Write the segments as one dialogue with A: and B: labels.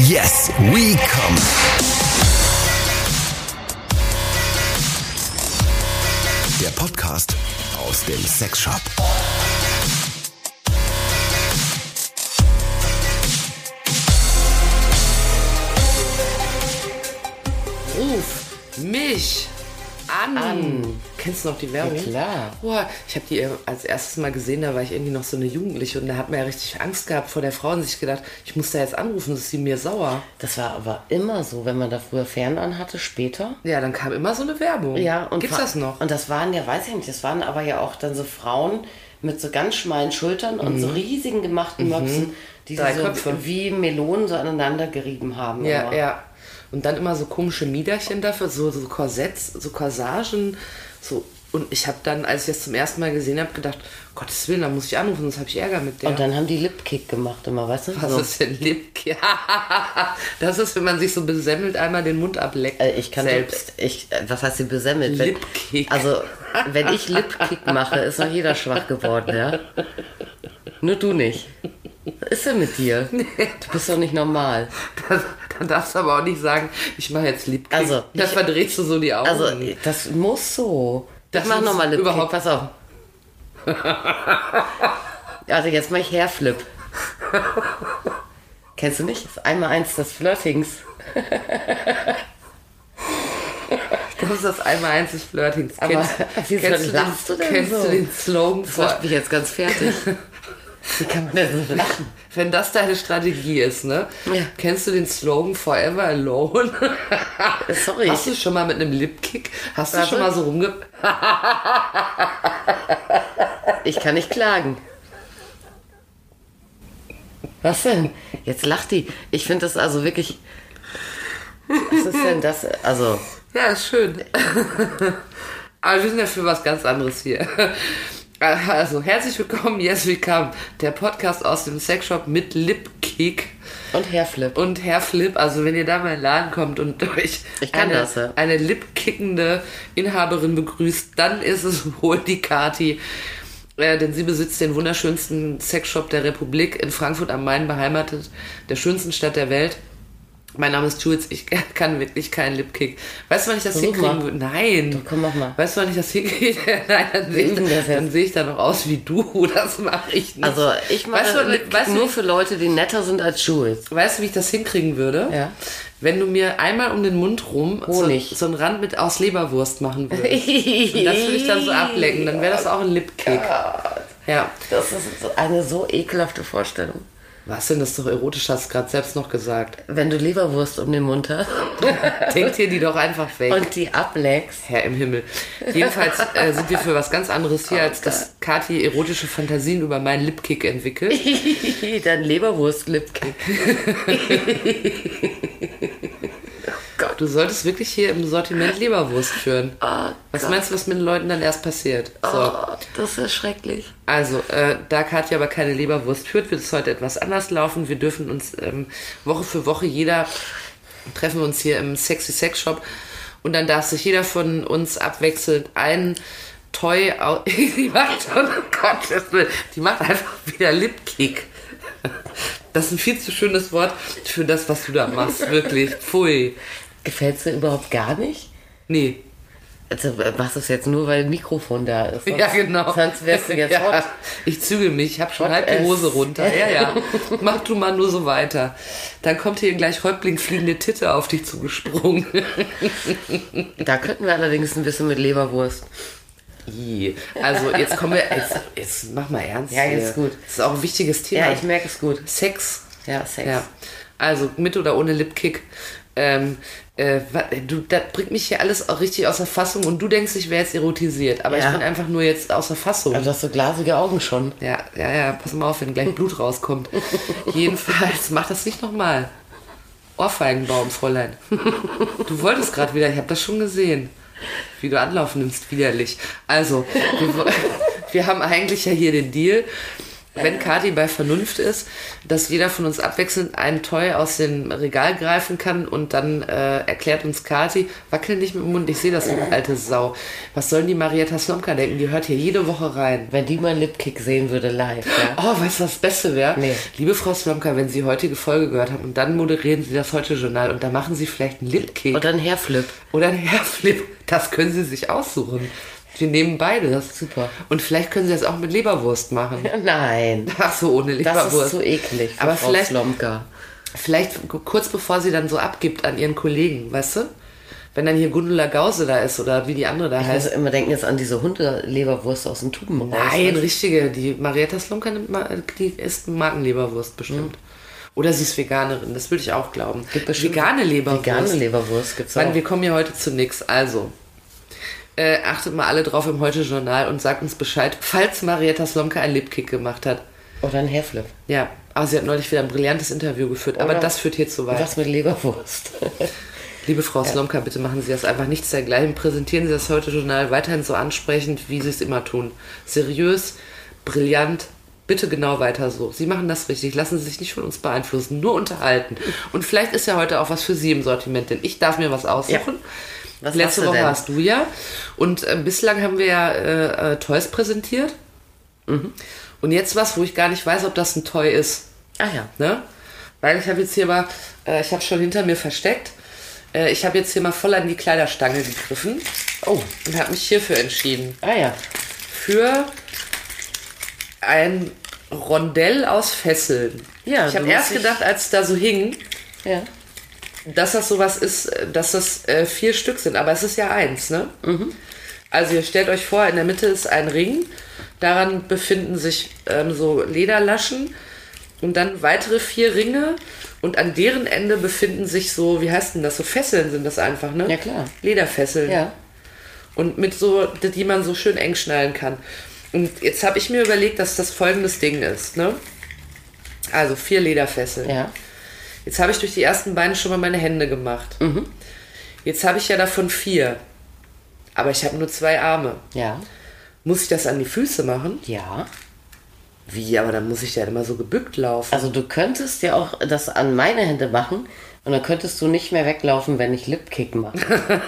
A: Yes, we come. Der Podcast aus dem Sexshop.
B: Ruf mich an. Kennst du noch die Werbung?
C: Ja, klar.
B: Boah, ich habe die äh, als erstes Mal gesehen, da war ich irgendwie noch so eine Jugendliche und da hat man ja richtig Angst gehabt vor der Frau und sich gedacht, ich muss da jetzt anrufen, sonst ist sie mir sauer.
C: Das war aber immer so, wenn man da früher Fernan hatte, später.
B: Ja, dann kam immer so eine Werbung.
C: Ja, und
B: Gibt's
C: war-
B: das noch?
C: Und das waren ja, weiß ich nicht, das waren aber ja auch dann so Frauen mit so ganz schmalen Schultern und so riesigen gemachten Möpsen, die
B: Mhm. Drei
C: sie so
B: Köpfe.
C: wie Melonen so aneinander gerieben haben.
B: ja,
C: immer.
B: ja. Und dann immer so komische Miederchen dafür, so, so Korsetts, so Corsagen, so. Und ich habe dann, als ich das zum ersten Mal gesehen habe, gedacht, Gottes Willen, da muss ich anrufen, sonst habe ich Ärger mit der.
C: Und dann haben die Lipkick gemacht immer, weißt du?
B: Was
C: So.
B: ist denn Lipkick? das ist, wenn man sich so besemmelt einmal den Mund ableckt.
C: Äh, Ich kann
B: selbst.
C: Ich, äh, was heißt sie besemmelt? Wenn-
B: Lipkick.
C: Also, wenn ich Lipkick mache, ist noch jeder schwach geworden, ja?
B: Ne,
C: Nur du nicht. Was ist denn mit dir? Du bist doch nicht normal.
B: Das, dann darfst du aber auch nicht sagen, ich mache jetzt Lipkick.
C: Also,
B: da
C: ich-
B: verdrehst du so die Augen.
C: Also, das muss so.
B: Das
C: Das mach
B: ist
C: nochmal Lipkick.
B: überhaupt-
C: Pass auf. Also, jetzt mach ich Hairflip. Kennst du nicht? Das ist einmal eins des Flirtings.
B: das ist das einmal eins des Flirtings.
C: Aber
B: kennst
C: wieso
B: kennst, du, den,
C: lachst du denn
B: kennst du
C: so?
B: den Slogan
C: Das
B: vor?
C: macht mich jetzt ganz fertig. Wie kann man denn so lachen?
B: Wenn das deine Strategie ist, ne?
C: Ja.
B: Kennst du den Slogan Forever Alone?
C: Äh, Sorry.
B: Hast du schon mal mit einem Lipkick, hast du
C: Warte.
B: schon mal so rumge...
C: Ich kann nicht klagen. Was denn? Jetzt lacht die. Ich finde das also wirklich. Was ist denn das? Also,
B: Ja, ist schön. Aber wir sind ja für was ganz anderes hier. Also, herzlich willkommen, Yes We Come, der Podcast aus dem Sexshop mit Lipkick
C: und Hairflip.
B: und Herr Flip. Also, wenn ihr da mal in den Laden kommt und euch
C: Ich kann
B: eine,
C: das, ja.
B: eine lipkickende Inhaberin begrüßt, dann ist es wohl die Kati. Äh, denn sie besitzt den wunderschönsten Sexshop der Republik in Frankfurt am Main beheimatet, der schönsten Stadt der Welt. Mein Name ist Jules, ich kann wirklich keinen Lipkick. Weißt du, wann ich das
C: Versuch
B: hinkriegen
C: mal.
B: würde? Nein.
C: komm, mach mal.
B: Weißt du, wann ich das hinkriege? Nein, dann sehe ich,
C: üben das jetzt.
B: dann sehe ich da noch aus wie du. Das mache ich nicht.
C: Also, ich mache
B: weißt du, wann-
C: Lipkick
B: weißt du, wie
C: nur für Leute, die netter sind als Jules.
B: Weißt du, wie ich das hinkriegen würde?
C: Ja.
B: Wenn du mir einmal um den Mund rum so,
C: Honig.
B: so einen Rand mit aus Leberwurst machen würdest. Und das
C: das
B: würde ich dann so ablecken. Dann wäre das auch ein Lipkick. Ja.
C: Das ist so eine so ekelhafte Vorstellung.
B: Was denn, das ist doch erotisch, hast du gerade selbst noch gesagt.
C: Wenn du Leberwurst um den Mund hast
B: Denk dir die doch einfach weg.
C: und die ableckst.
B: Herr im Himmel. Jedenfalls äh, sind wir für was ganz anderes
C: Oh
B: hier, als dass Kathi erotische Fantasien über meinen Lipkick entwickelt.
C: Dann Leberwurst-Lipkick.
B: Du solltest wirklich hier im Sortiment Leberwurst führen.
C: Oh,
B: Was meinst du, was mit den Leuten dann erst passiert? So.
C: oh, das ist schrecklich.
B: Also, äh, da Katja aber keine Leberwurst führt, wird es heute etwas anders laufen. Wir dürfen uns ähm, Woche für Woche jeder treffen wir uns hier im Sexy Sex Shop und dann darf sich jeder von uns abwechselnd ein Toy au- die macht schon, oh Gott, das will- die macht einfach wieder Lipkick. Das ist ein viel zu schönes Wort für das, was du da machst, wirklich. Pfui.
C: Gefällt dir überhaupt gar nicht?
B: Nee.
C: Also äh, machst du es jetzt nur, weil ein Mikrofon da ist. Sonst,
B: Ja, genau.
C: Sonst wärst du jetzt
B: ja.
C: hot.
B: Ich zügel mich, ich habe schon
C: Hot
B: halb die
C: as-
B: Hose runter. Ja, ja. Mach du mal nur so weiter. Dann kommt hier gleich Häuptling fliegende Titte auf dich zugesprungen.
C: Da könnten wir allerdings ein bisschen mit Leberwurst.
B: Ih. also jetzt kommen wir, jetzt, jetzt mach mal ernst.
C: Ja, jetzt
B: hier.
C: gut.
B: Das ist auch ein wichtiges Thema.
C: Ja, ich merke es gut.
B: Sex.
C: Ja, Sex.
B: Ja. Also mit oder ohne Lipkick. Ähm, äh, wa- du, das bringt mich hier alles auch richtig außer Fassung und du denkst, ich wäre jetzt erotisiert, aber
C: Ja.
B: ich bin einfach nur jetzt außer Fassung.
C: Aber du Also, hast so glasige Augen schon.
B: Ja, ja, ja, pass mal auf, wenn gleich Blut rauskommt. Jedenfalls, mach das nicht nochmal. Ohrfeigenbaum, Fräulein. Du wolltest gerade wieder, ich habe das schon gesehen. Wie du Anlauf nimmst, widerlich. Also, wir, wo- wir haben eigentlich ja hier den Deal. wenn Kati bei Vernunft ist, dass jeder von uns abwechselnd einen Toy aus dem Regal greifen kann und dann äh, erklärt uns Kati, wackel nicht mit dem Mund, ich sehe das, du alte Sau. Was sollen die Marietta Slomka denken? Die hört hier jede Woche rein.
C: Wenn die mal einen Lipkick sehen würde live, ja.
B: Oh, weißt du, was das Beste wäre?
C: Nee.
B: Liebe Frau Slomka, wenn Sie heutige Folge gehört haben und dann moderieren Sie das Heute-Journal und da machen Sie vielleicht einen Lipkick
C: Und dann Hairflip.
B: oder ein Hairflip. Das können Sie sich aussuchen. Wir nehmen beides.
C: Super.
B: Und vielleicht können Sie das auch mit Leberwurst machen.
C: Nein.
B: Ach so, ohne
C: Das
B: Leberwurst.
C: ist so eklig. für
B: Aber
C: Frau
B: vielleicht-
C: Slomka.
B: Vielleicht k- kurz bevor sie dann so abgibt an ihren Kollegen, weißt du? Wenn dann hier Gundula Gause da ist oder wie die andere da heißt.
C: Also immer denken jetzt an diese Hundeleberwurst aus den Tuben raus.
B: Nein, richtige. Die Marietta Slomka nimmt ma- die isst Markenleberwurst bestimmt. Oder sie ist Veganerin, das würde ich auch glauben.
C: bestimmt
B: Vegane Leberwurst.
C: Vegane Leberwurst gibt's
B: Mann,
C: auch.
B: wir kommen hier heute zu nix. Also, äh, achtet mal alle drauf im Heute-Journal und sagt uns Bescheid, falls Marietta Slomka einen Lipkick gemacht hat.
C: Oder ein Hairflip.
B: Ja, aber sie hat neulich wieder ein brillantes Interview geführt. aber
C: Oder-
B: das führt hier zu weit.
C: Was mit Leberwurst?
B: Liebe Frau Slomka, bitte machen Sie das einfach nichts dergleichen. Präsentieren Sie das heute Journal weiterhin so ansprechend, wie Sie es immer tun. Seriös, brillant, bitte genau weiter so. Sie machen das richtig. Lassen Sie sich nicht von uns beeinflussen, nur unterhalten. Und vielleicht ist ja heute auch was für Sie im Sortiment, denn ich darf mir was aussuchen.
C: Was
B: Letzte
C: hast du
B: Woche
C: denn?
B: hast du ja. Und äh, bislang haben wir ja äh, äh, Toys präsentiert.
C: Mhm.
B: Und jetzt was, wo ich gar nicht weiß, ob das ein Toy ist.
C: ah ja.
B: Ne? Weil ich habe jetzt hier mal, äh, ich habe schon hinter mir versteckt. Äh, ich habe jetzt hier mal voll an die Kleiderstange gegriffen
C: Oh,
B: und habe mich hierfür entschieden.
C: ah ja.
B: Für ein Rondell aus Fesseln.
C: Ja,
B: ich
C: du
B: habe
C: musst
B: erst
C: dich-
B: gedacht, als es da so hing,
C: Ja.
B: dass das sowas ist, äh, dass das äh, vier Stück sind, aber es ist ja eins, ne?
C: Mhm.
B: Also ihr stellt euch vor, in der Mitte ist ein Ring, daran befinden sich ähm, so Lederlaschen und dann weitere vier Ringe und an deren Ende befinden sich so, wie heißt denn das, so Fesseln sind das einfach, ne?
C: Ja, klar.
B: Lederfesseln.
C: Ja.
B: Und mit so, die man so schön eng schnallen kann. Und jetzt habe ich mir überlegt, dass das folgendes Ding ist, ne? Also vier Lederfesseln.
C: Ja.
B: Jetzt habe ich durch die ersten beiden schon mal meine Hände gemacht. Jetzt habe ich ja davon vier. Aber ich habe nur zwei Arme.
C: Ja.
B: Muss ich das an die Füße machen?
C: Ja.
B: Wie? Aber dann muss ich ja immer so gebückt laufen.
C: Also du könntest ja auch das an meine Hände machen und dann könntest du nicht mehr weglaufen, wenn ich Lipkick mache.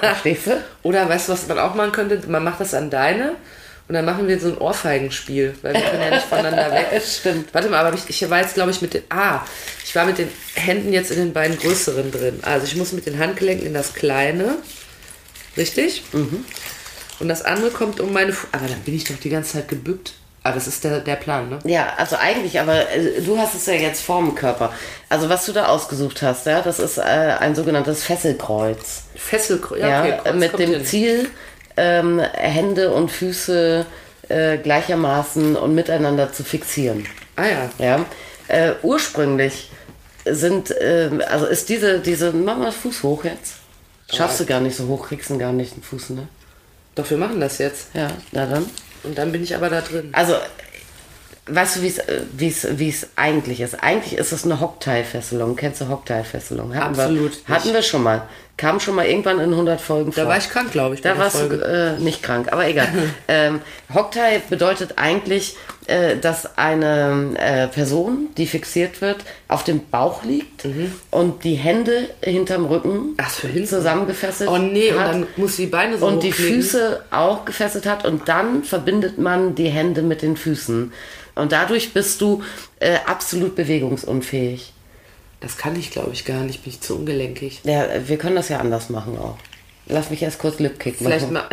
C: Verstehst du?
B: Oder weißt du, was man auch machen könnte? Man macht das an deine und dann machen wir so ein Ohrfeigenspiel, weil wir können ja nicht voneinander weg.
C: Stimmt.
B: Warte mal, aber ich, ich war jetzt, glaube ich, mit den. Ah, ich war mit den Händen jetzt in den beiden größeren drin. Also ich muss mit den Handgelenken in das kleine. Richtig?
C: Mhm.
B: Und das andere kommt um meine. Fu aber dann bin ich doch die ganze Zeit gebückt. Ah, das ist der, der Plan, ne?
C: Ja, also eigentlich, aber äh, du hast es ja jetzt vorm Körper. Also was du da ausgesucht hast, ja, das ist äh, ein sogenanntes Fesselkreuz.
B: Fesselkreuz.
C: Ja, äh,
B: Kreuz
C: mit
B: kommt
C: dem
B: hin.
C: Ziel, ähm, Hände und Füße äh, gleichermaßen und miteinander zu fixieren.
B: Ah ja.
C: Ja, äh, ursprünglich sind, ähm, also ist diese, diese, mach mal Fuß hoch jetzt. Schaffst du gar nicht so hoch, kriegst du gar nicht den Fuß, ne?
B: Doch, wir machen das jetzt.
C: Ja, na dann.
B: Und dann bin ich aber da drin.
C: Also, weißt du, wie es, äh, wie es, wie es eigentlich ist? Eigentlich ist es eine Hocktail-Fesselung. Kennst du Hocktail-Fesselung? Hatten
B: Absolut
C: Wir,
B: nicht.
C: hatten wir schon mal. Kam schon mal irgendwann in 100 Folgen
B: Da
C: vor.
B: war ich krank, glaube ich. bei
C: Da
B: der
C: warst du
B: Folge.
C: äh, nicht krank, aber egal. ähm, Hocktail bedeutet eigentlich, äh, dass eine äh, Person, die fixiert wird, auf dem Bauch liegt und die Hände hinterm Rücken
B: Mhm. Ach, für hinten.
C: zusammengefesselt
B: Oh nee, und
C: hat
B: dann muss die Beine so
C: und die
B: hochklicken.
C: Füße auch gefesselt hat und dann verbindet man die Hände mit den Füßen. Und dadurch bist du äh, absolut bewegungsunfähig.
B: Das kann ich, glaube ich, gar nicht. Bin ich zu ungelenkig.
C: Ja, wir können das ja anders machen auch. Lass mich erst kurz Lipkick machen.
B: Vielleicht mal.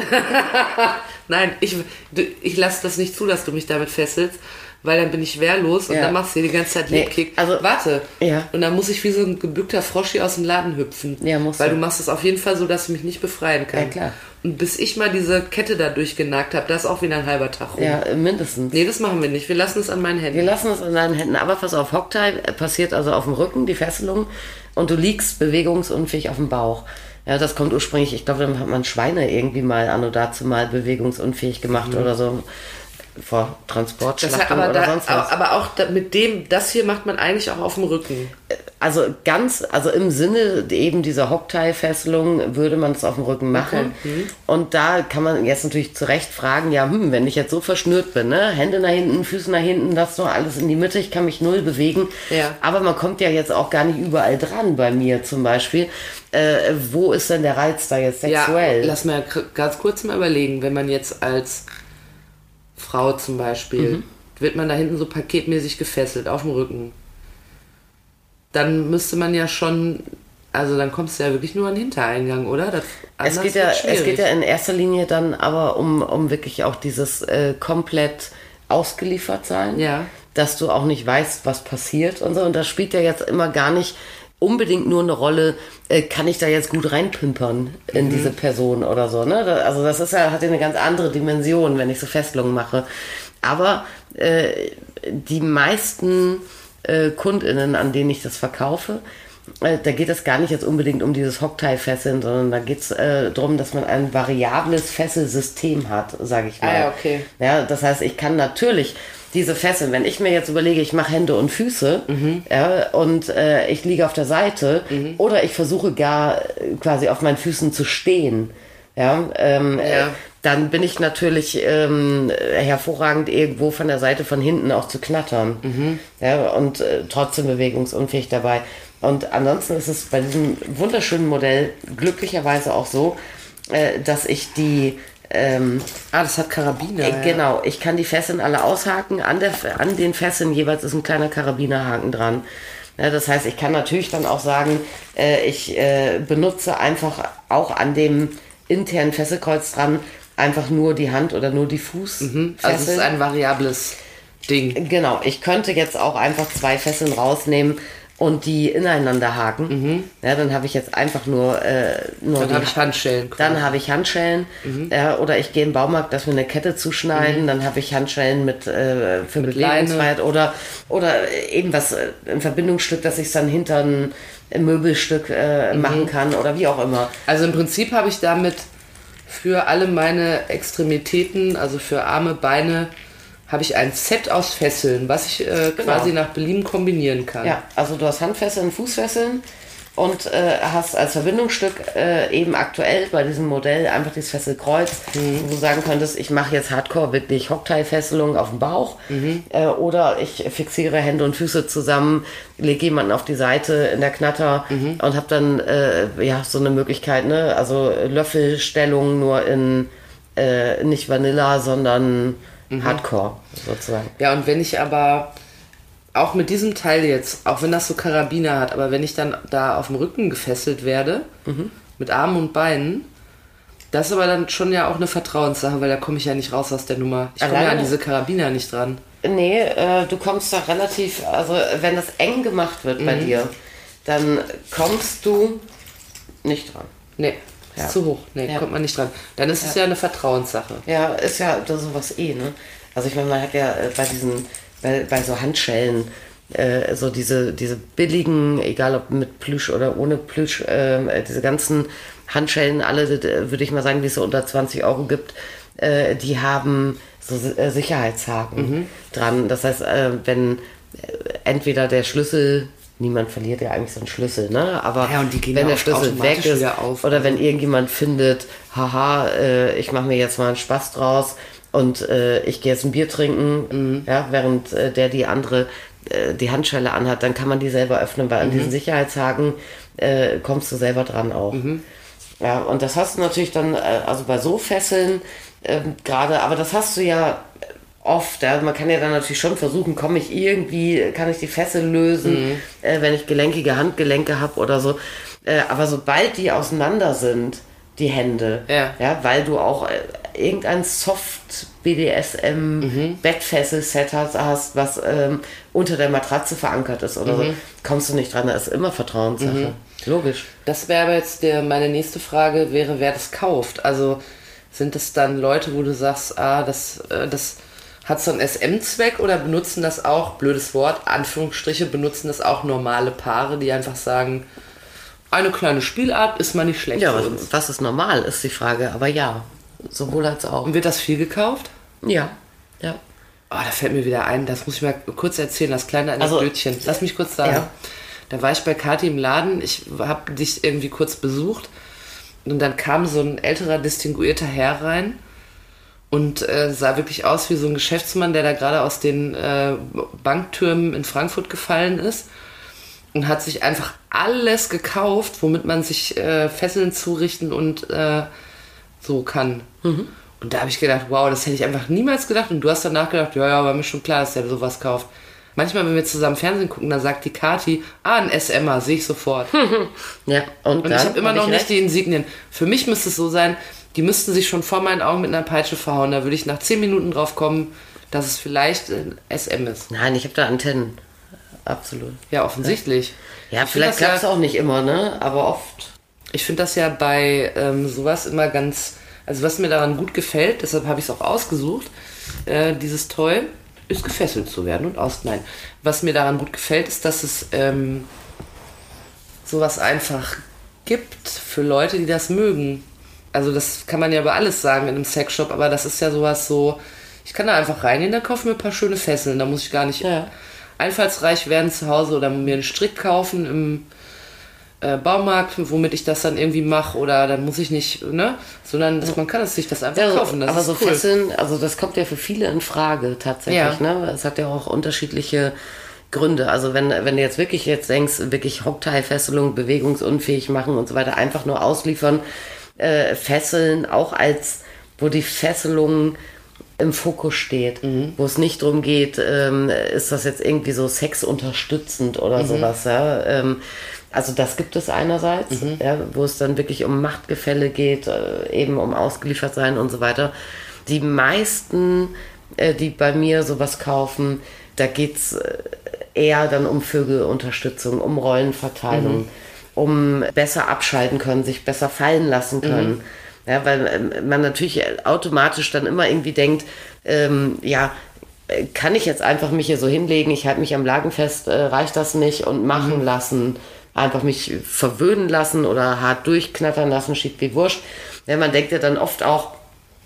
B: Nein, ich, du- ich lasse das nicht zu, dass du mich damit fesselst, weil dann bin ich wehrlos und
C: Ja.
B: dann machst du hier die ganze Zeit
C: Nee,
B: Lipkick.
C: also-
B: warte.
C: Ja.
B: Und dann muss ich wie so ein gebückter Froschi aus dem Laden hüpfen.
C: Ja, musst
B: Weil
C: du.
B: du machst es auf jeden Fall so, dass du mich nicht befreien kannst.
C: Ja, klar.
B: Und bis ich mal diese Kette da durchgenagt habe, da ist auch wieder ein halber Tag rum.
C: Ja, äh, mindestens.
B: Nee, das machen wir nicht. Wir lassen es an meinen Händen.
C: Wir lassen es in deinen Händen, aber pass auf, Hocktail passiert also auf dem Rücken, die Fesselung, und du liegst bewegungsunfähig auf dem Bauch. Ja, das kommt ursprünglich, ich glaube, dann hat man Schweine irgendwie mal an und dazu mal bewegungsunfähig gemacht oder so. Vor
B: Mhm. Das heißt,
C: Transportschlachten
B: aber,
C: oder
B: da,
C: sonst was.
B: aber auch da, mit dem, das hier macht man eigentlich auch auf dem Rücken.
C: also ganz, also im Sinne eben dieser Hockteilfesselung würde man es auf dem Rücken machen. Und da kann man jetzt natürlich zu Recht fragen, ja, hm, wenn ich jetzt so verschnürt bin, ne? Hände nach hinten, Füße nach hinten, das noch alles in die Mitte, ich kann mich null bewegen.
B: Ja.
C: Aber man kommt ja jetzt auch gar nicht überall dran bei mir zum Beispiel. Äh, wo ist denn der Reiz da jetzt
B: Ja,
C: sexuell?
B: lass mal k- ganz kurz mal überlegen, wenn man jetzt als Frau zum
C: Mhm.
B: Beispiel, wird man da hinten so paketmäßig gefesselt auf dem Rücken. Dann müsste man ja schon, also dann kommst du ja wirklich nur an den Hintereingang, oder? Das,
C: es
B: anders
C: geht, ja,
B: wird
C: es geht
B: schwierig.
C: ja in erster Linie dann aber um, um wirklich auch dieses äh, komplett ausgeliefert sein.
B: Ja.
C: Dass du auch nicht weißt, was passiert und so. Und das spielt ja jetzt immer gar nicht unbedingt nur eine Rolle, äh, kann ich da jetzt gut reinpimpern in
B: Mhm.
C: diese Person oder so. Ne? Da- Also das ist ja, hat ja eine ganz andere Dimension, wenn ich so Festlungen mache. Aber äh, die meisten äh, KundInnen, an denen ich das verkaufe, äh, da geht es gar nicht jetzt unbedingt um dieses Hockteil-Fesseln, sondern da geht es äh, darum, dass man ein variables Fesselsystem hat, sage ich mal.
B: Ah ja, okay.
C: Ja, das heißt, ich kann natürlich diese Fesseln, wenn ich mir jetzt überlege, ich mache Hände und Füße ja, und äh, ich liege auf der Seite oder ich versuche gar äh, quasi auf meinen Füßen zu stehen, ja, ähm, Äh,
B: Ja.
C: dann bin ich natürlich ähm, hervorragend irgendwo von der Seite von hinten auch zu knattern
B: Mhm.
C: ja, und äh, trotzdem bewegungsunfähig dabei. Und ansonsten ist es bei diesem wunderschönen Modell glücklicherweise auch so, äh, dass ich die ähm,
B: Ah, das hat Karabiner.
C: äh, Genau, ich kann die Fesseln alle aushaken. An, der, an den Fesseln jeweils ist ein kleiner Karabinerhaken dran. Ja, das heißt, ich kann natürlich dann auch sagen, äh, ich äh, benutze einfach auch an dem internen Fesselkreuz dran einfach nur die Hand oder nur die Fußfessel.
B: Ja. Also es ist ein variables Ding.
C: Genau, ich könnte jetzt auch einfach zwei Fesseln rausnehmen und die ineinander haken. Ja, dann habe ich jetzt einfach nur, äh, nur
B: Mhm. Dann
C: die
B: habe ich Mhm. Handschellen.
C: dann habe ich Handschellen ja, oder ich gehe im Baumarkt, dass mir eine Kette zuschneiden.
B: Mhm.
C: Dann habe ich Handschellen mit äh, für Bekleidungsfreiheit oder oder eben was äh, ein Verbindungsstück, dass ich es dann hinter ein Möbelstück äh,
B: Mhm.
C: machen kann oder wie auch immer.
B: Also im Prinzip habe ich damit für alle meine Extremitäten, also für Arme, Beine, habe ich ein Set aus Fesseln, was ich äh, quasi nach Belieben kombinieren kann.
C: Genau. Ja, also du hast Handfesseln, Fußfesseln und äh, hast als Verbindungsstück äh, eben aktuell bei diesem Modell einfach dieses Fesselkreuz, wo du sagen könntest, ich mache jetzt Hardcore wirklich Hockteilfesselung auf dem Bauch äh, oder ich fixiere Hände und Füße zusammen, lege jemanden auf die Seite in der Knatter und habe dann äh, ja so eine Möglichkeit, ne? also Löffelstellung nur in äh, nicht Vanilla, sondern Hardcore sozusagen.
B: Ja, und wenn ich aber auch mit diesem Teil jetzt, auch wenn das so Karabiner hat, aber wenn ich dann da auf dem Rücken gefesselt werde,
C: Mhm.
B: mit Armen und Beinen, das ist aber dann schon ja auch eine Vertrauenssache, weil da komme ich ja nicht raus aus der Nummer. Ich komme ja
C: Alleine-
B: an diese Karabiner nicht dran.
C: Nee, äh, du kommst da relativ, also wenn das eng gemacht wird bei dir, dann kommst du nicht dran.
B: Nee, ist
C: Ja.
B: zu hoch. Nee,
C: Ja.
B: kommt man nicht dran. Dann ist es ja eine Vertrauenssache.
C: Ja, ist ja da sowas eh, ne? Also ich meine, man hat ja äh, bei diesen, bei, bei so Handschellen, äh, so diese, diese billigen, egal ob mit Plüsch oder ohne Plüsch, äh, diese ganzen Handschellen, alle, äh, würde ich mal sagen, die es so unter 20 Euro gibt, äh, die haben so äh, Sicherheitshaken
B: Mhm.
C: dran. Das heißt, äh, wenn äh, entweder der Schlüssel, niemand verliert ja eigentlich so einen Schlüssel, ne? Aber
B: Ja, und die gehen ja
C: wenn der
B: auch
C: Schlüssel weg
B: automatisch
C: ist
B: wieder auf.
C: oder wenn irgendjemand findet, haha, äh, ich mache mir jetzt mal einen Spaß draus und äh, ich gehe jetzt ein Bier trinken, ja, während äh, der die andere äh, die Handschelle anhat, dann kann man die selber öffnen, weil an diesen Sicherheitshaken äh, kommst du selber dran auch. Ja, und das hast du natürlich dann, äh, also bei so Fesseln ähm, gerade, aber das hast du ja oft. Ja, man kann ja dann natürlich schon versuchen, komme ich irgendwie, kann ich die Fessel lösen, äh, wenn ich gelenkige Handgelenke habe oder so. Äh, aber sobald die auseinander sind, die Hände,
B: Ja.
C: ja weil du auch äh, irgendein Soft BDSM Bettfessel-Set hast, hast, was ähm, unter der Matratze verankert ist oder so, kommst du nicht dran. Das ist immer Vertrauenssache. Logisch.
B: Das wäre aber jetzt der, meine nächste Frage wäre, wer das kauft. Also sind es dann Leute, wo du sagst, ah, das, äh, das hat so einen SM-Zweck oder benutzen das auch, blödes Wort, Anführungsstriche, benutzen das auch normale Paare, die einfach sagen, eine kleine Spielart ist mal nicht schlecht
C: Ja,
B: für
C: was,
B: uns.
C: was ist normal, ist die Frage. Aber ja, sowohl als auch.
B: Und wird das viel gekauft?
C: Ja, ja.
B: Ah, Oh, da fällt mir wieder ein, das muss ich mal kurz erzählen, das kleine
C: Also-
B: Anekdötchen. Lass mich kurz sagen.
C: Ja.
B: Da war ich bei Kati im Laden, ich habe dich irgendwie kurz besucht und dann kam so ein älterer, distinguierter Herr rein und äh, sah wirklich aus wie so ein Geschäftsmann, der da gerade aus den äh, Banktürmen in Frankfurt gefallen ist und hat sich einfach alles gekauft, womit man sich äh, Fesseln zurichten und äh, so kann.
C: Mhm.
B: Und da habe ich gedacht, wow, das hätte ich einfach niemals gedacht. Und du hast danach gedacht, ja, ja, war mir schon klar, dass der sowas kauft. Manchmal, wenn wir zusammen Fernsehen gucken, dann sagt die Kati, ah, ein SMer, sehe ich sofort.
C: Ja,
B: Und
C: und, Hm. dann
B: ich habe immer
C: hab
B: noch
C: ich
B: nicht
C: recht.
B: die Insignien. Für mich müsste es so sein, die müssten sich schon vor meinen Augen mit einer Peitsche verhauen. Da würde ich nach 10 Minuten drauf kommen, dass es vielleicht ein SM ist.
C: Nein, ich habe da Antennen. Absolut.
B: Ja, offensichtlich.
C: Ja,
B: Ich find
C: vielleicht
B: das ja-
C: klappt es auch nicht immer, ne? Aber oft.
B: Ich finde das ja bei ähm, sowas immer ganz, also was mir daran gut gefällt, deshalb habe ich es auch ausgesucht, äh, dieses Toy ist gefesselt zu werden und aus. Nein, was mir daran gut gefällt, ist, dass es ähm, sowas einfach gibt für Leute, die das mögen. Also das kann man ja über alles sagen in einem Sexshop, aber das ist ja sowas so, ich kann da einfach reingehen, dann kaufe mir ein paar schöne Fesseln, da muss ich gar nicht
C: Ja.
B: einfallsreich werden zu Hause oder mir einen Strick kaufen im äh, Baumarkt, womit ich das dann irgendwie mache oder dann muss ich nicht, ne? Sondern dass man kann es sich das einfach
C: Ja, so-
B: kaufen. Das
C: Also,
B: ist
C: aber so
B: cool.
C: Fesseln, also das kommt ja für viele in Frage tatsächlich.
B: Ja.
C: Ne? Es hat ja auch unterschiedliche Gründe. Also wenn, wenn du jetzt wirklich jetzt denkst, wirklich Hockteilfesselung, bewegungsunfähig machen und so weiter, einfach nur ausliefern, äh, Fesseln auch als, wo die Fesselung im Fokus steht, wo es nicht drum geht, ähm, ist das jetzt irgendwie so sexunterstützend oder sowas. Ja? Ähm, also das gibt es einerseits, ja, wo es dann wirklich um Machtgefälle geht, äh, eben um ausgeliefert sein und so weiter. Die meisten, äh, die bei mir sowas kaufen, da geht's äh, eher dann um Vögelunterstützung, um Rollenverteilung, um besser abschalten können, sich besser fallen lassen können. Ja, weil ähm, man natürlich automatisch dann immer irgendwie denkt, ähm, ja, äh, kann ich jetzt einfach mich hier so hinlegen, ich halte mich am Lagen fest, äh, reicht das nicht und machen lassen, einfach mich verwöhnen lassen oder hart durchknattern lassen, schickt wie wurscht. Ja, man denkt ja dann oft auch,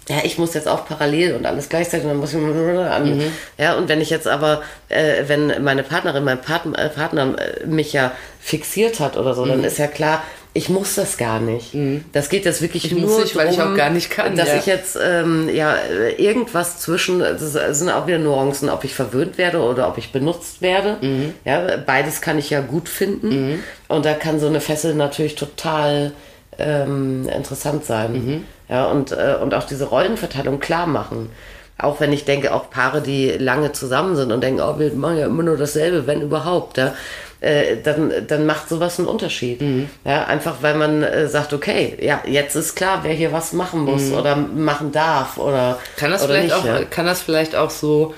C: ja, ich muss jetzt auch parallel und alles gleichzeitig und dann muss ich an.
B: Mhm.
C: Ja, und wenn ich jetzt aber, äh, wenn meine Partnerin, mein Part äh, Partner äh, mich ja fixiert hat oder so,
B: Mhm.
C: dann ist ja klar, ich muss das gar nicht. Das geht jetzt wirklich nur
B: muss nicht, weil Mhm. ich
C: drum,
B: auch gar nicht kann,
C: Dass
B: ja.
C: ich jetzt ähm, ja äh, irgendwas zwischen, das sind auch wieder Nuancen, ob ich verwöhnt werde oder ob ich benutzt werde. Ja, beides kann ich ja gut finden. Und da kann so eine Fessel natürlich total ähm, interessant sein. Ja, und, äh, und auch diese Rollenverteilung klar machen. Auch wenn ich denke, auch Paare, die lange zusammen sind und denken, oh, wir machen ja immer nur dasselbe, wenn überhaupt, ja, äh, dann, dann macht sowas einen Unterschied.
B: Mhm.
C: Ja, einfach weil man äh, sagt, okay, ja, jetzt ist klar, wer hier was machen muss oder machen darf oder.
B: Mhm. Kann das,
C: oder
B: vielleicht auch,
C: ja.
B: kann das vielleicht auch so.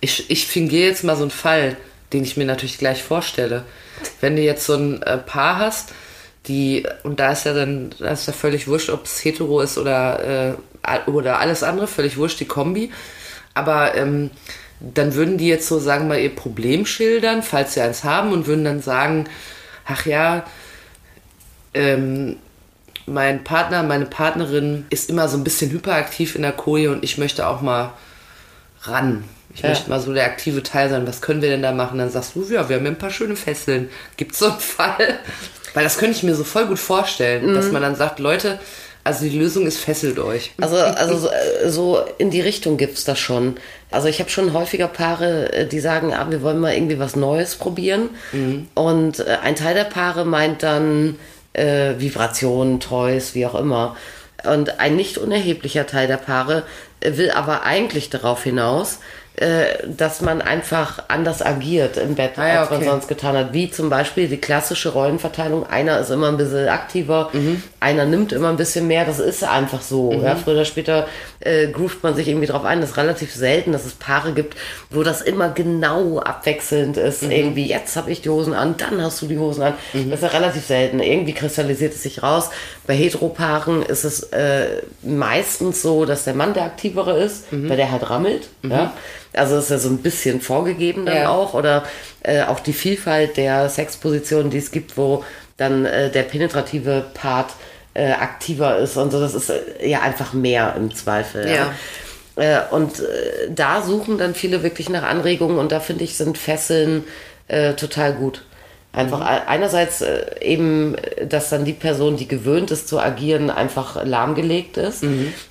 B: Ich, ich fingiere jetzt mal so einen Fall, den ich mir natürlich gleich vorstelle. Wenn du jetzt so ein äh, Paar hast, die, und da ist ja dann, da ist ja völlig wurscht, ob es hetero ist oder, äh, al- oder alles andere, völlig wurscht, die Kombi. Aber ähm, dann würden die jetzt so, sagen wir mal, ihr Problem schildern, falls sie eins haben, und würden dann sagen, ach ja, ähm, mein Partner, meine Partnerin ist immer so ein bisschen hyperaktiv in der Koje und ich möchte auch mal ran. Ich
C: Ja.
B: möchte mal so der aktive Teil sein. Was können wir denn da machen? Dann sagst du, ja, wir haben ja ein paar schöne Fesseln. Gibt so einen Fall? Weil das könnte ich mir so voll gut
C: Mhm.
B: vorstellen, dass man dann sagt, Leute, also die Lösung ist, fesselt euch.
C: Also, also so, äh, so in die Richtung gibt's das schon. Also ich habe schon häufiger Paare, äh, die sagen, ah, wir wollen mal irgendwie was Neues probieren.
B: Mhm.
C: Und äh, ein Teil der Paare meint dann äh, Vibrationen, Toys, wie auch immer. Und ein nicht unerheblicher Teil der Paare äh, will aber eigentlich darauf hinaus, äh, dass man einfach anders agiert im Bett,
B: Ah ja,
C: als man
B: okay.
C: sonst sonst getan hat, wie zum Beispiel die klassische Rollenverteilung. Einer ist immer ein bisschen aktiver, einer nimmt immer ein bisschen mehr. Das ist einfach so. Ja, früher oder später äh, groovt man sich irgendwie drauf ein. Das ist relativ selten, dass es Paare gibt, wo das immer genau abwechselnd ist. Irgendwie, jetzt habe ich die Hosen an, dann hast du die Hosen an. Das ist ja relativ selten. Irgendwie kristallisiert es sich raus. Bei Heteropaaren ist es äh, meistens so, dass der Mann der Aktivere ist, weil der halt rammelt. Ja? Also ist ja so ein bisschen vorgegeben dann
B: Ja.
C: auch auch oder äh, auch die Vielfalt der Sexpositionen, die es gibt, wo dann äh, der penetrative Part äh, aktiver ist und so. Das ist äh, ja einfach mehr im Zweifel.
B: Ja.
C: Äh, und äh, da suchen dann viele wirklich nach Anregungen und da finde ich, sind Fesseln äh, total gut. Einfach a- einerseits äh, eben, äh, dass dann die Person, die gewöhnt ist zu agieren, einfach lahmgelegt ist.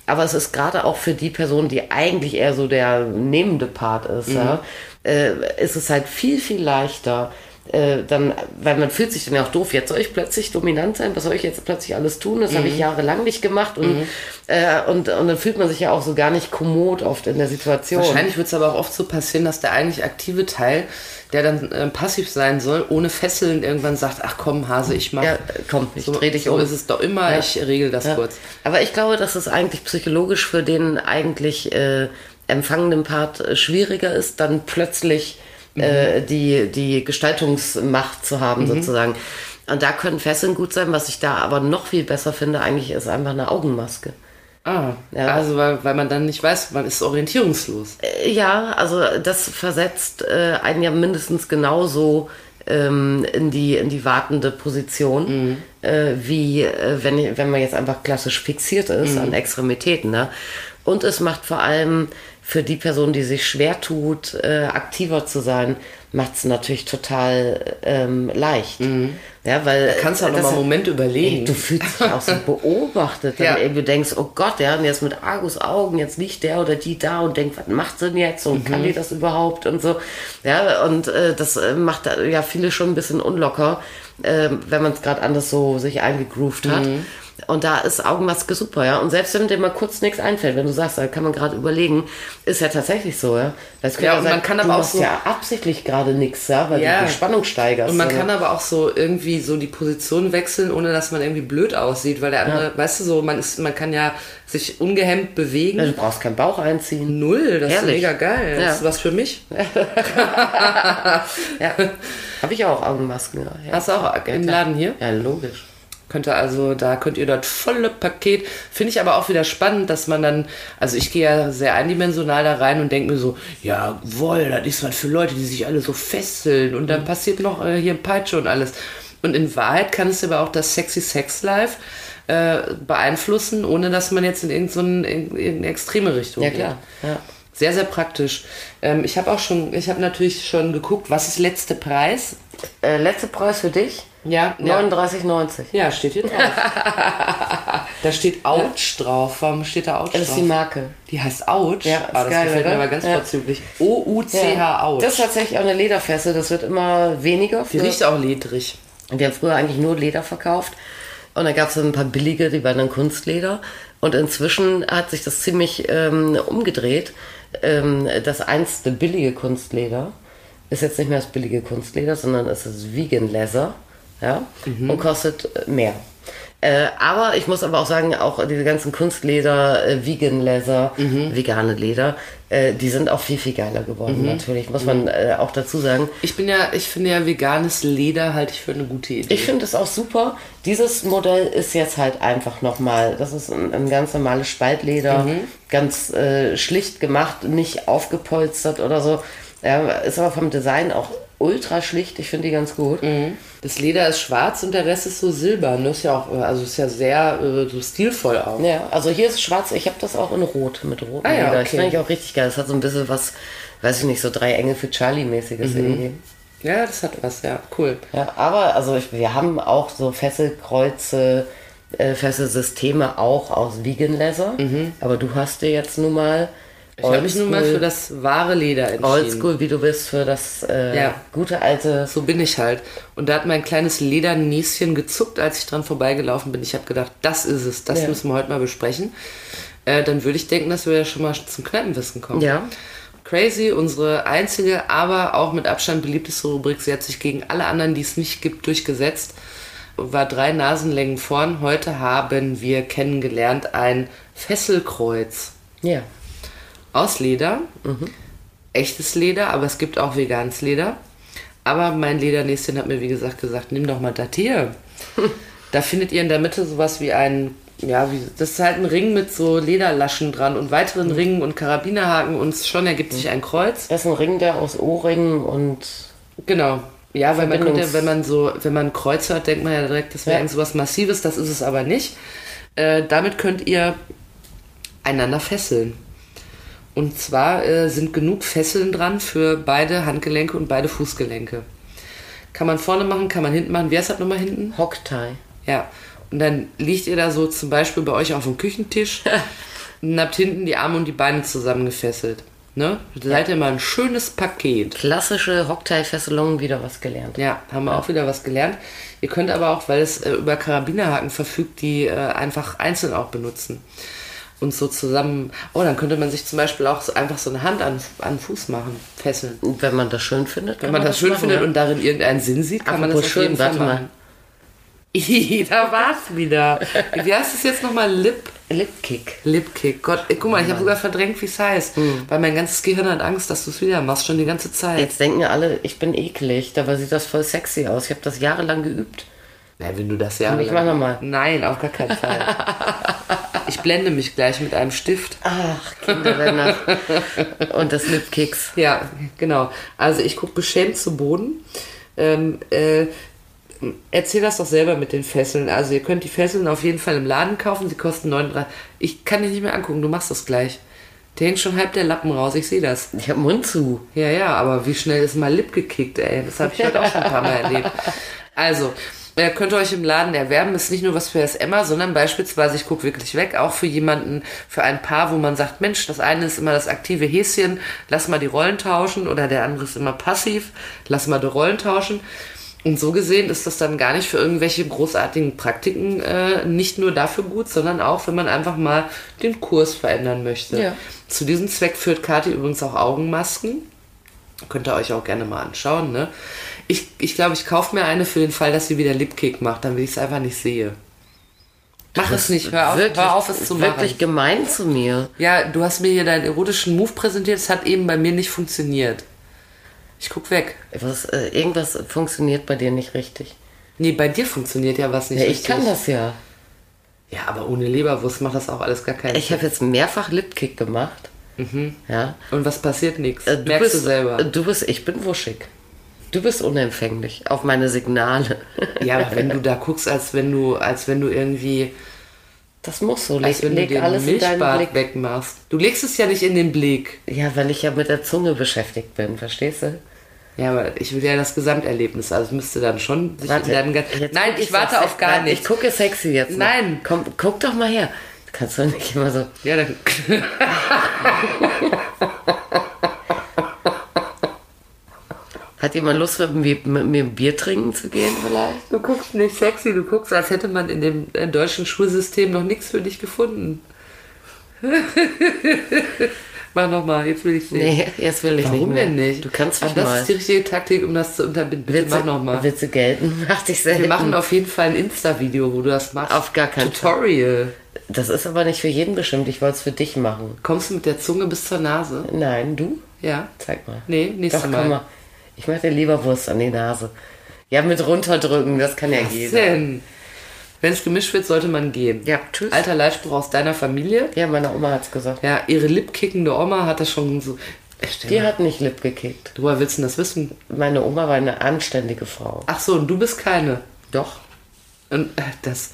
C: Aber es ist gerade auch für die Person, die eigentlich eher so der nehmende Part ist, ja, äh, ist es halt viel, viel leichter. Äh, dann, weil man fühlt sich dann ja auch doof, jetzt soll ich plötzlich dominant sein, was soll ich jetzt plötzlich alles tun, das
B: Mhm.
C: habe ich jahrelang nicht gemacht und, äh, und, und dann fühlt man sich ja auch so gar nicht kommod oft in der Situation.
B: Wahrscheinlich wird es aber auch oft so passieren, dass der eigentlich aktive Teil, der dann äh, passiv sein soll, ohne Fesseln irgendwann sagt, ach komm, Hase, ich mach.
C: Ja, äh, komm, ich
B: so,
C: dreh dich
B: so
C: um.
B: ist es doch immer,
C: Ja.
B: ich äh, regel das
C: Ja.
B: kurz.
C: Aber ich glaube, dass es eigentlich psychologisch für den eigentlich äh, empfangenden Part äh, schwieriger ist, dann plötzlich äh,
B: Mhm.
C: die, die Gestaltungsmacht zu haben, sozusagen. Und da können Fesseln gut sein. Was ich da aber noch viel besser finde, eigentlich ist einfach eine Augenmaske.
B: Ah,
C: Ja.
B: also weil, weil man dann nicht weiß, man ist orientierungslos.
C: Äh, Ja, also das versetzt äh, einen ja mindestens genauso ähm, in, die, in die wartende Position,
B: Mhm.
C: äh, wie äh, wenn, ich- wenn man jetzt einfach klassisch fixiert ist
B: Mhm.
C: an Extremitäten. Ne? Und es macht vor allem für die Person, die sich schwer tut, äh, aktiver zu sein, macht es natürlich total ähm, leicht. Ja, weil
B: Mhm. Kannst du auch noch
C: das-
B: mal einen Moment überlegen.
C: Ey, du fühlst dich auch so beobachtet,
B: Ja.
C: dann eben du denkst, oh Gott, ja, und jetzt mit Argus Augen, jetzt liegt der oder die da und denkt, was macht sie denn jetzt und
B: Mhm.
C: kann die das überhaupt und so. Ja, und äh, das äh, macht äh, ja viele schon ein bisschen unlocker, äh, wenn man es gerade anders so sich eingegroovt hat.
B: Mhm.
C: Und da ist Augenmaske super, ja. Und selbst wenn dir mal kurz nichts einfällt, wenn du sagst, da kann man gerade überlegen, ist ja tatsächlich so, ja. Das könnte
B: Ja, und man kann aber
C: du
B: auch
C: machst
B: so-
C: ja absichtlich gerade nichts, ja, weil
B: Ja.
C: du die Spannung steigerst.
B: Und man
C: ja.
B: kann aber auch so irgendwie so die Position wechseln, ohne dass man irgendwie blöd aussieht, weil der andere, weißt du so, man ist, man kann ja sich ungehemmt bewegen.
C: du brauchst keinen Bauch einziehen.
B: Null, das
C: Also, Ehrlich?
B: ist mega geil.
C: Ja.
B: Das ist was für mich.
C: Ja, habe ich auch Augenmasken. Ja. Ja.
B: Hast du auch im
C: klar.
B: Laden hier?
C: Ja, logisch.
B: Könnt ihr also, da könnt ihr dort volle Paket. Finde ich aber auch wieder spannend, dass man dann, also ich gehe ja sehr eindimensional da rein und denke mir so, jawohl, das ist was für Leute, die sich alle so fesseln und
C: Mhm.
B: dann passiert noch äh, hier ein Peitsche und alles. Und in Wahrheit kann es aber auch das Sexy Sex Life äh, beeinflussen, ohne dass man jetzt in irgendeine so in, in extreme Richtung
C: Ja,
B: geht.
C: klar. Ja.
B: Sehr, sehr praktisch. Ähm, ich habe auch schon, ich habe natürlich schon geguckt, was ist letzter Preis?
C: Äh, letzter Preis für dich?
B: Ja, ja.
C: 39,90.
B: Ja, steht hier drauf. da steht Ouch drauf. Warum steht da Ouch
C: Das ist die
B: drauf?
C: Marke.
B: Die heißt Ouch.
C: Ja,
B: ah,
C: ist
B: das
C: geil,
B: gefällt mir
C: oder?
B: aber ganz
C: Ja.
B: vorzüglich. O-U-C-H Ouch.
C: Das ist tatsächlich auch eine Lederfesse, das wird immer weniger.
B: die
C: Früher-
B: riecht auch ledrig.
C: Wir haben früher eigentlich nur Leder verkauft und da gab es ein paar billige, die waren dann Kunstleder. Und inzwischen hat sich das ziemlich ähm, umgedreht. Ähm, das einste billige Kunstleder ist jetzt nicht mehr das billige Kunstleder, sondern es ist Vegan Leather ja? und kostet mehr. Äh, aber ich muss aber auch sagen, auch diese ganzen Kunstleder, äh, Vegan Leather, vegane Leder, äh, die sind auch viel, viel geiler geworden natürlich, muss man äh, auch dazu sagen.
B: Ich bin ja, ich finde ja veganes Leder halte ich für eine gute Idee.
C: Ich finde es auch super. Dieses Modell ist jetzt halt einfach nochmal, das ist ein, ein ganz normales Spaltleder,
B: Mhm.
C: ganz äh, schlicht gemacht, nicht aufgepolstert oder so. Ja, ist aber vom Design auch ultra schlicht. Ich finde die ganz gut.
B: das Leder ist schwarz und der Rest ist so silbern. Das ist ja auch, äh, also ist ja sehr äh, so stilvoll auch.
C: Ja, also hier ist schwarz. Ich habe das auch in rot, mit rotem
B: Ah ja,
C: Leder. Das
B: okay.
C: finde ich auch richtig geil. Das hat so ein bisschen was, weiß ich nicht, so drei Engel für Charlie-mäßiges
B: Mhm.
C: irgendwie.
B: Ja, das hat was, ja. Cool.
C: Ja, aber also ich, wir haben auch so Fesselkreuze, äh, Fesselsysteme auch aus Vegan Leather. Aber du hast dir jetzt nun mal
B: Mhm. Ich habe mich nun mal für das wahre Leder entschieden.
C: Oldschool, wie du bist, für das äh,
B: Ja.
C: gute alte.
B: So bin ich halt. Und da hat mein kleines Ledernäschen gezuckt, als ich dran vorbeigelaufen bin. Ich habe gedacht, das ist es, das
C: Ja.
B: müssen wir heute mal besprechen. Äh, dann würde ich denken, dass wir ja schon mal zum Kneipenwissen kommen.
C: Ja.
B: Crazy, unsere einzige, aber auch mit Abstand beliebteste Rubrik. Sie hat sich gegen alle anderen, die es nicht gibt, durchgesetzt. War drei Nasenlängen vorn. Heute haben wir kennengelernt ein Fesselkreuz
C: Ja.
B: aus Leder, echtes Leder, aber es gibt auch veganes Leder. Aber mein Ledernäschen hat mir, wie gesagt, gesagt, nimm doch mal das hier. da findet ihr in der Mitte sowas wie ein, ja, wie, das ist halt ein Ring mit so Lederlaschen dran und weiteren Ringen und Karabinerhaken und schon ergibt sich ein Kreuz.
C: Das ist ein Ring, der aus Ohrringen und.
B: Genau. Ja, weil man
C: Verbindungs-
B: könnte, wenn man so, wenn man ein Kreuz hört, denkt man ja direkt, das wäre
C: Ja.
B: irgend sowas Massives, das ist es aber nicht. Äh, damit könnt ihr einander fesseln. Und zwar äh, sind genug Fesseln dran für beide Handgelenke und beide Fußgelenke. Kann man vorne machen, kann man hinten machen. Wer ist das nochmal hinten?
C: Hocktai.
B: Ja. Und dann liegt ihr da so zum Beispiel bei euch auf dem Küchentisch und habt hinten die Arme und die Beine zusammengefesselt. Ne? Da seid ihr mal ein schönes Paket.
C: Klassische Hocktai-Fesselung, wieder was gelernt.
B: Ja, haben wir auch wieder was gelernt. Ihr könnt aber auch, weil es äh, über Karabinerhaken verfügt, die äh, einfach einzeln auch benutzen. Und so zusammen. Oh, dann könnte man sich zum Beispiel auch so einfach so eine Hand an, an den Fuß machen, fesseln.
C: Und wenn man das schön findet,
B: Wenn man das schön findet und darin irgendeinen Sinn sieht, kann man das auf
C: Apropos
B: jeden
C: schön,
B: Fall
C: warte mal.
B: machen. da war's wieder. Wie heißt es jetzt nochmal? Lip,
C: Lipkick.
B: Lipkick. Gott, ey, guck mal, ich habe sogar verdrängt, wie es heißt. Weil mein ganzes Gehirn hat Angst, dass du es wieder machst, schon die ganze Zeit.
C: Jetzt denken ja alle, ich bin eklig, dabei sieht das voll sexy aus. Ich habe das jahrelang geübt.
B: Na, wenn du das ja.
C: Ich mach noch mal.
B: Nein, auf gar keinen Fall. ich blende mich gleich mit einem Stift.
C: Ach, Kinder der Nacht. Und das Lipkicks.
B: Ja, genau. Also ich gucke beschämt zu Boden. Ähm, äh, erzähl das doch selber mit den Fesseln. Also ihr könnt die Fesseln auf jeden Fall im Laden kaufen. Sie kosten 39. Ich kann dich nicht mehr angucken, du machst das gleich. Der hängt schon halb der Lappen raus, ich sehe das.
C: Ich hab Mund zu.
B: Ja, ja, aber wie schnell ist mal Lip gekickt, ey. Das habe ich heute auch schon ein paar Mal erlebt. Also, äh, könnt ihr euch im Laden erwerben. Ist nicht nur was für das Emma, sondern beispielsweise, ich gucke wirklich weg, auch für jemanden, für ein Paar, wo man sagt, Mensch, das eine ist immer das aktive Häschen, lass mal die Rollen tauschen. Oder der andere ist immer passiv, lass mal die Rollen tauschen. Und so gesehen ist das dann gar nicht für irgendwelche großartigen Praktiken äh, nicht nur dafür gut, sondern auch, wenn man einfach mal den Kurs verändern möchte.
C: Ja.
B: Zu diesem Zweck führt Kathi übrigens auch Augenmasken. Könnt ihr euch auch gerne mal anschauen, ne? Ich glaube, ich, glaub, ich kaufe mir eine für den Fall, dass sie wieder Lipkick macht, damit ich es einfach nicht sehe. Mach es nicht, hör auf, hör auf es zu machen.
C: Wirklich gemein zu mir.
B: Ja, du hast mir hier deinen erotischen Move präsentiert, es hat eben bei mir nicht funktioniert. Ich guck weg.
C: Was, äh, irgendwas funktioniert bei dir nicht richtig.
B: Nee, bei dir funktioniert ja was nicht.
C: Ja, ich
B: richtig.
C: kann das ja.
B: Ja, aber ohne Leberwurst macht das auch alles gar keinen
C: Ich
B: Sinn.
C: habe jetzt mehrfach Lipkick gemacht. Ja.
B: Und was passiert nichts.
C: Äh, Du
B: Mhm. Merkst
C: bist,
B: du selber.
C: äh, Du bist, ich bin wuschig. Du bist unempfänglich auf meine Signale.
B: ja, aber wenn du da guckst, als wenn du, als wenn du irgendwie,
C: das muss so.
B: als
C: Leg,
B: wenn
C: leg
B: du den
C: alles in deinen
B: Milchbad
C: Blick.
B: wegmachst. Du legst es ja nicht in den Blick.
C: Ja, weil ich ja mit der Zunge beschäftigt bin, verstehst du?
B: Ja, aber ich will ja das Gesamterlebnis. Also es müsste dann schon sich in deinem Gan-
C: jetzt
B: Nein,
C: guck
B: ich warte
C: sexy-
B: auf gar
C: Nein,
B: nichts.
C: Ich gucke sexy jetzt. mal.
B: Nein.
C: Komm, guck doch mal her. Kannst du nicht immer so.
B: Ja, dann.
C: Hat jemand Lust, mit mir, mit mir ein Bier trinken zu gehen vielleicht?
B: Du guckst nicht sexy, du guckst, als hätte man in dem äh, deutschen Schulsystem noch nichts für dich gefunden. Mach nochmal, jetzt will ich sehen.
C: Nee, jetzt will ich nicht
B: Warum
C: mehr.
B: denn nicht?
C: Du kannst
B: Aber
C: mich
B: Das
C: mal.
B: ist die richtige Taktik, um das zu unterbinden. Bitte mach nochmal.
C: Witze gelten. Mach dich selten.
B: Wir machen auf jeden Fall ein Insta-Video, wo du das machst.
C: Auf gar keinen Fall.
B: Tutorial.
C: Das ist aber nicht für jeden bestimmt. Ich wollte es für dich machen.
B: Kommst du mit der Zunge bis zur Nase?
C: Nein, du?
B: Ja.
C: Zeig mal.
B: Nee, nächstes
C: Doch,
B: Mal.
C: komm mal. Ich mache dir Leberwurst an die Nase. Ja, mit runterdrücken, das kann ja
B: Was
C: jeder.
B: denn? Wenn es gemischt wird, sollte man gehen.
C: Ja, tschüss.
B: Alter Leitspruch aus deiner Familie.
C: Ja, meine Oma hat's gesagt.
B: Ja, ihre lippkickende Oma hat das schon so.
C: Die
B: genau.
C: hat nicht Lip gekickt.
B: Woher willst du denn das wissen?
C: Meine Oma war eine anständige Frau.
B: Ach so, und du bist keine.
C: Doch.
B: Und äh, das.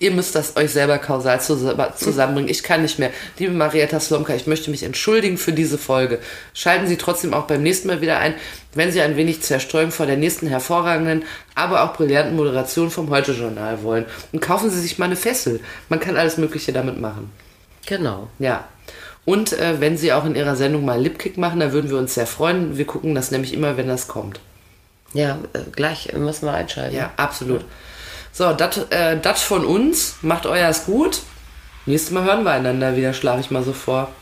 B: Ihr müsst das euch selber kausal zus- zusammenbringen. Ich kann nicht mehr. Liebe Marietta Slomka, ich möchte mich entschuldigen für diese Folge. Schalten Sie trotzdem auch beim nächsten Mal wieder ein, wenn Sie ein wenig Zerstreuung vor der nächsten hervorragenden, aber auch brillanten Moderation vom Heute-Journal wollen. Und kaufen Sie sich mal eine Fessel. Man kann alles Mögliche damit machen.
C: Genau.
B: Ja. Und äh, wenn Sie auch in Ihrer Sendung mal einen Lipkick machen, da würden wir uns sehr freuen. Wir gucken das nämlich immer, wenn das kommt.
C: Ja, äh, gleich müssen wir einschalten.
B: Ja, absolut. So, das äh, dat von uns. Macht euers gut. Nächstes Mal hören wir einander wieder, schlafe ich mal so vor.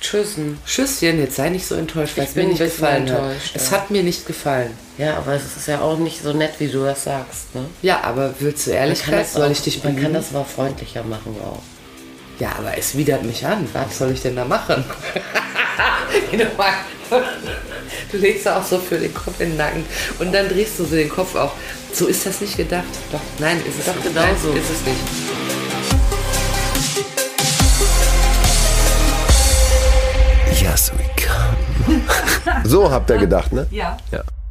C: Tschüssen.
B: Tschüsschen, jetzt sei nicht so enttäuscht, weil es
C: Ich
B: mir
C: bin
B: nicht
C: ein bisschen
B: gefallen hat.
C: enttäuscht,
B: Es
C: ja.
B: hat mir nicht gefallen.
C: Ja, aber es ist ja auch nicht so nett, wie du das sagst, ne?
B: Ja, aber willst du Ehrlichkeit? Soll
C: auch,
B: ich dich
C: man kann
B: belügen?
C: das mal freundlicher machen auch.
B: Ja, aber es widert mich an. Was soll ich denn da machen? Geh doch mal. du legst da auch so für den Kopf in den Nacken und dann drehst du so den Kopf auf. So ist das nicht gedacht. Doch, nein, ist es
C: Doch,
B: nicht.
C: genau
B: Nein,
C: so.
B: Ist es nicht.
A: Yes, we can.
D: So habt ihr gedacht, ne?
B: Ja.
A: Ja.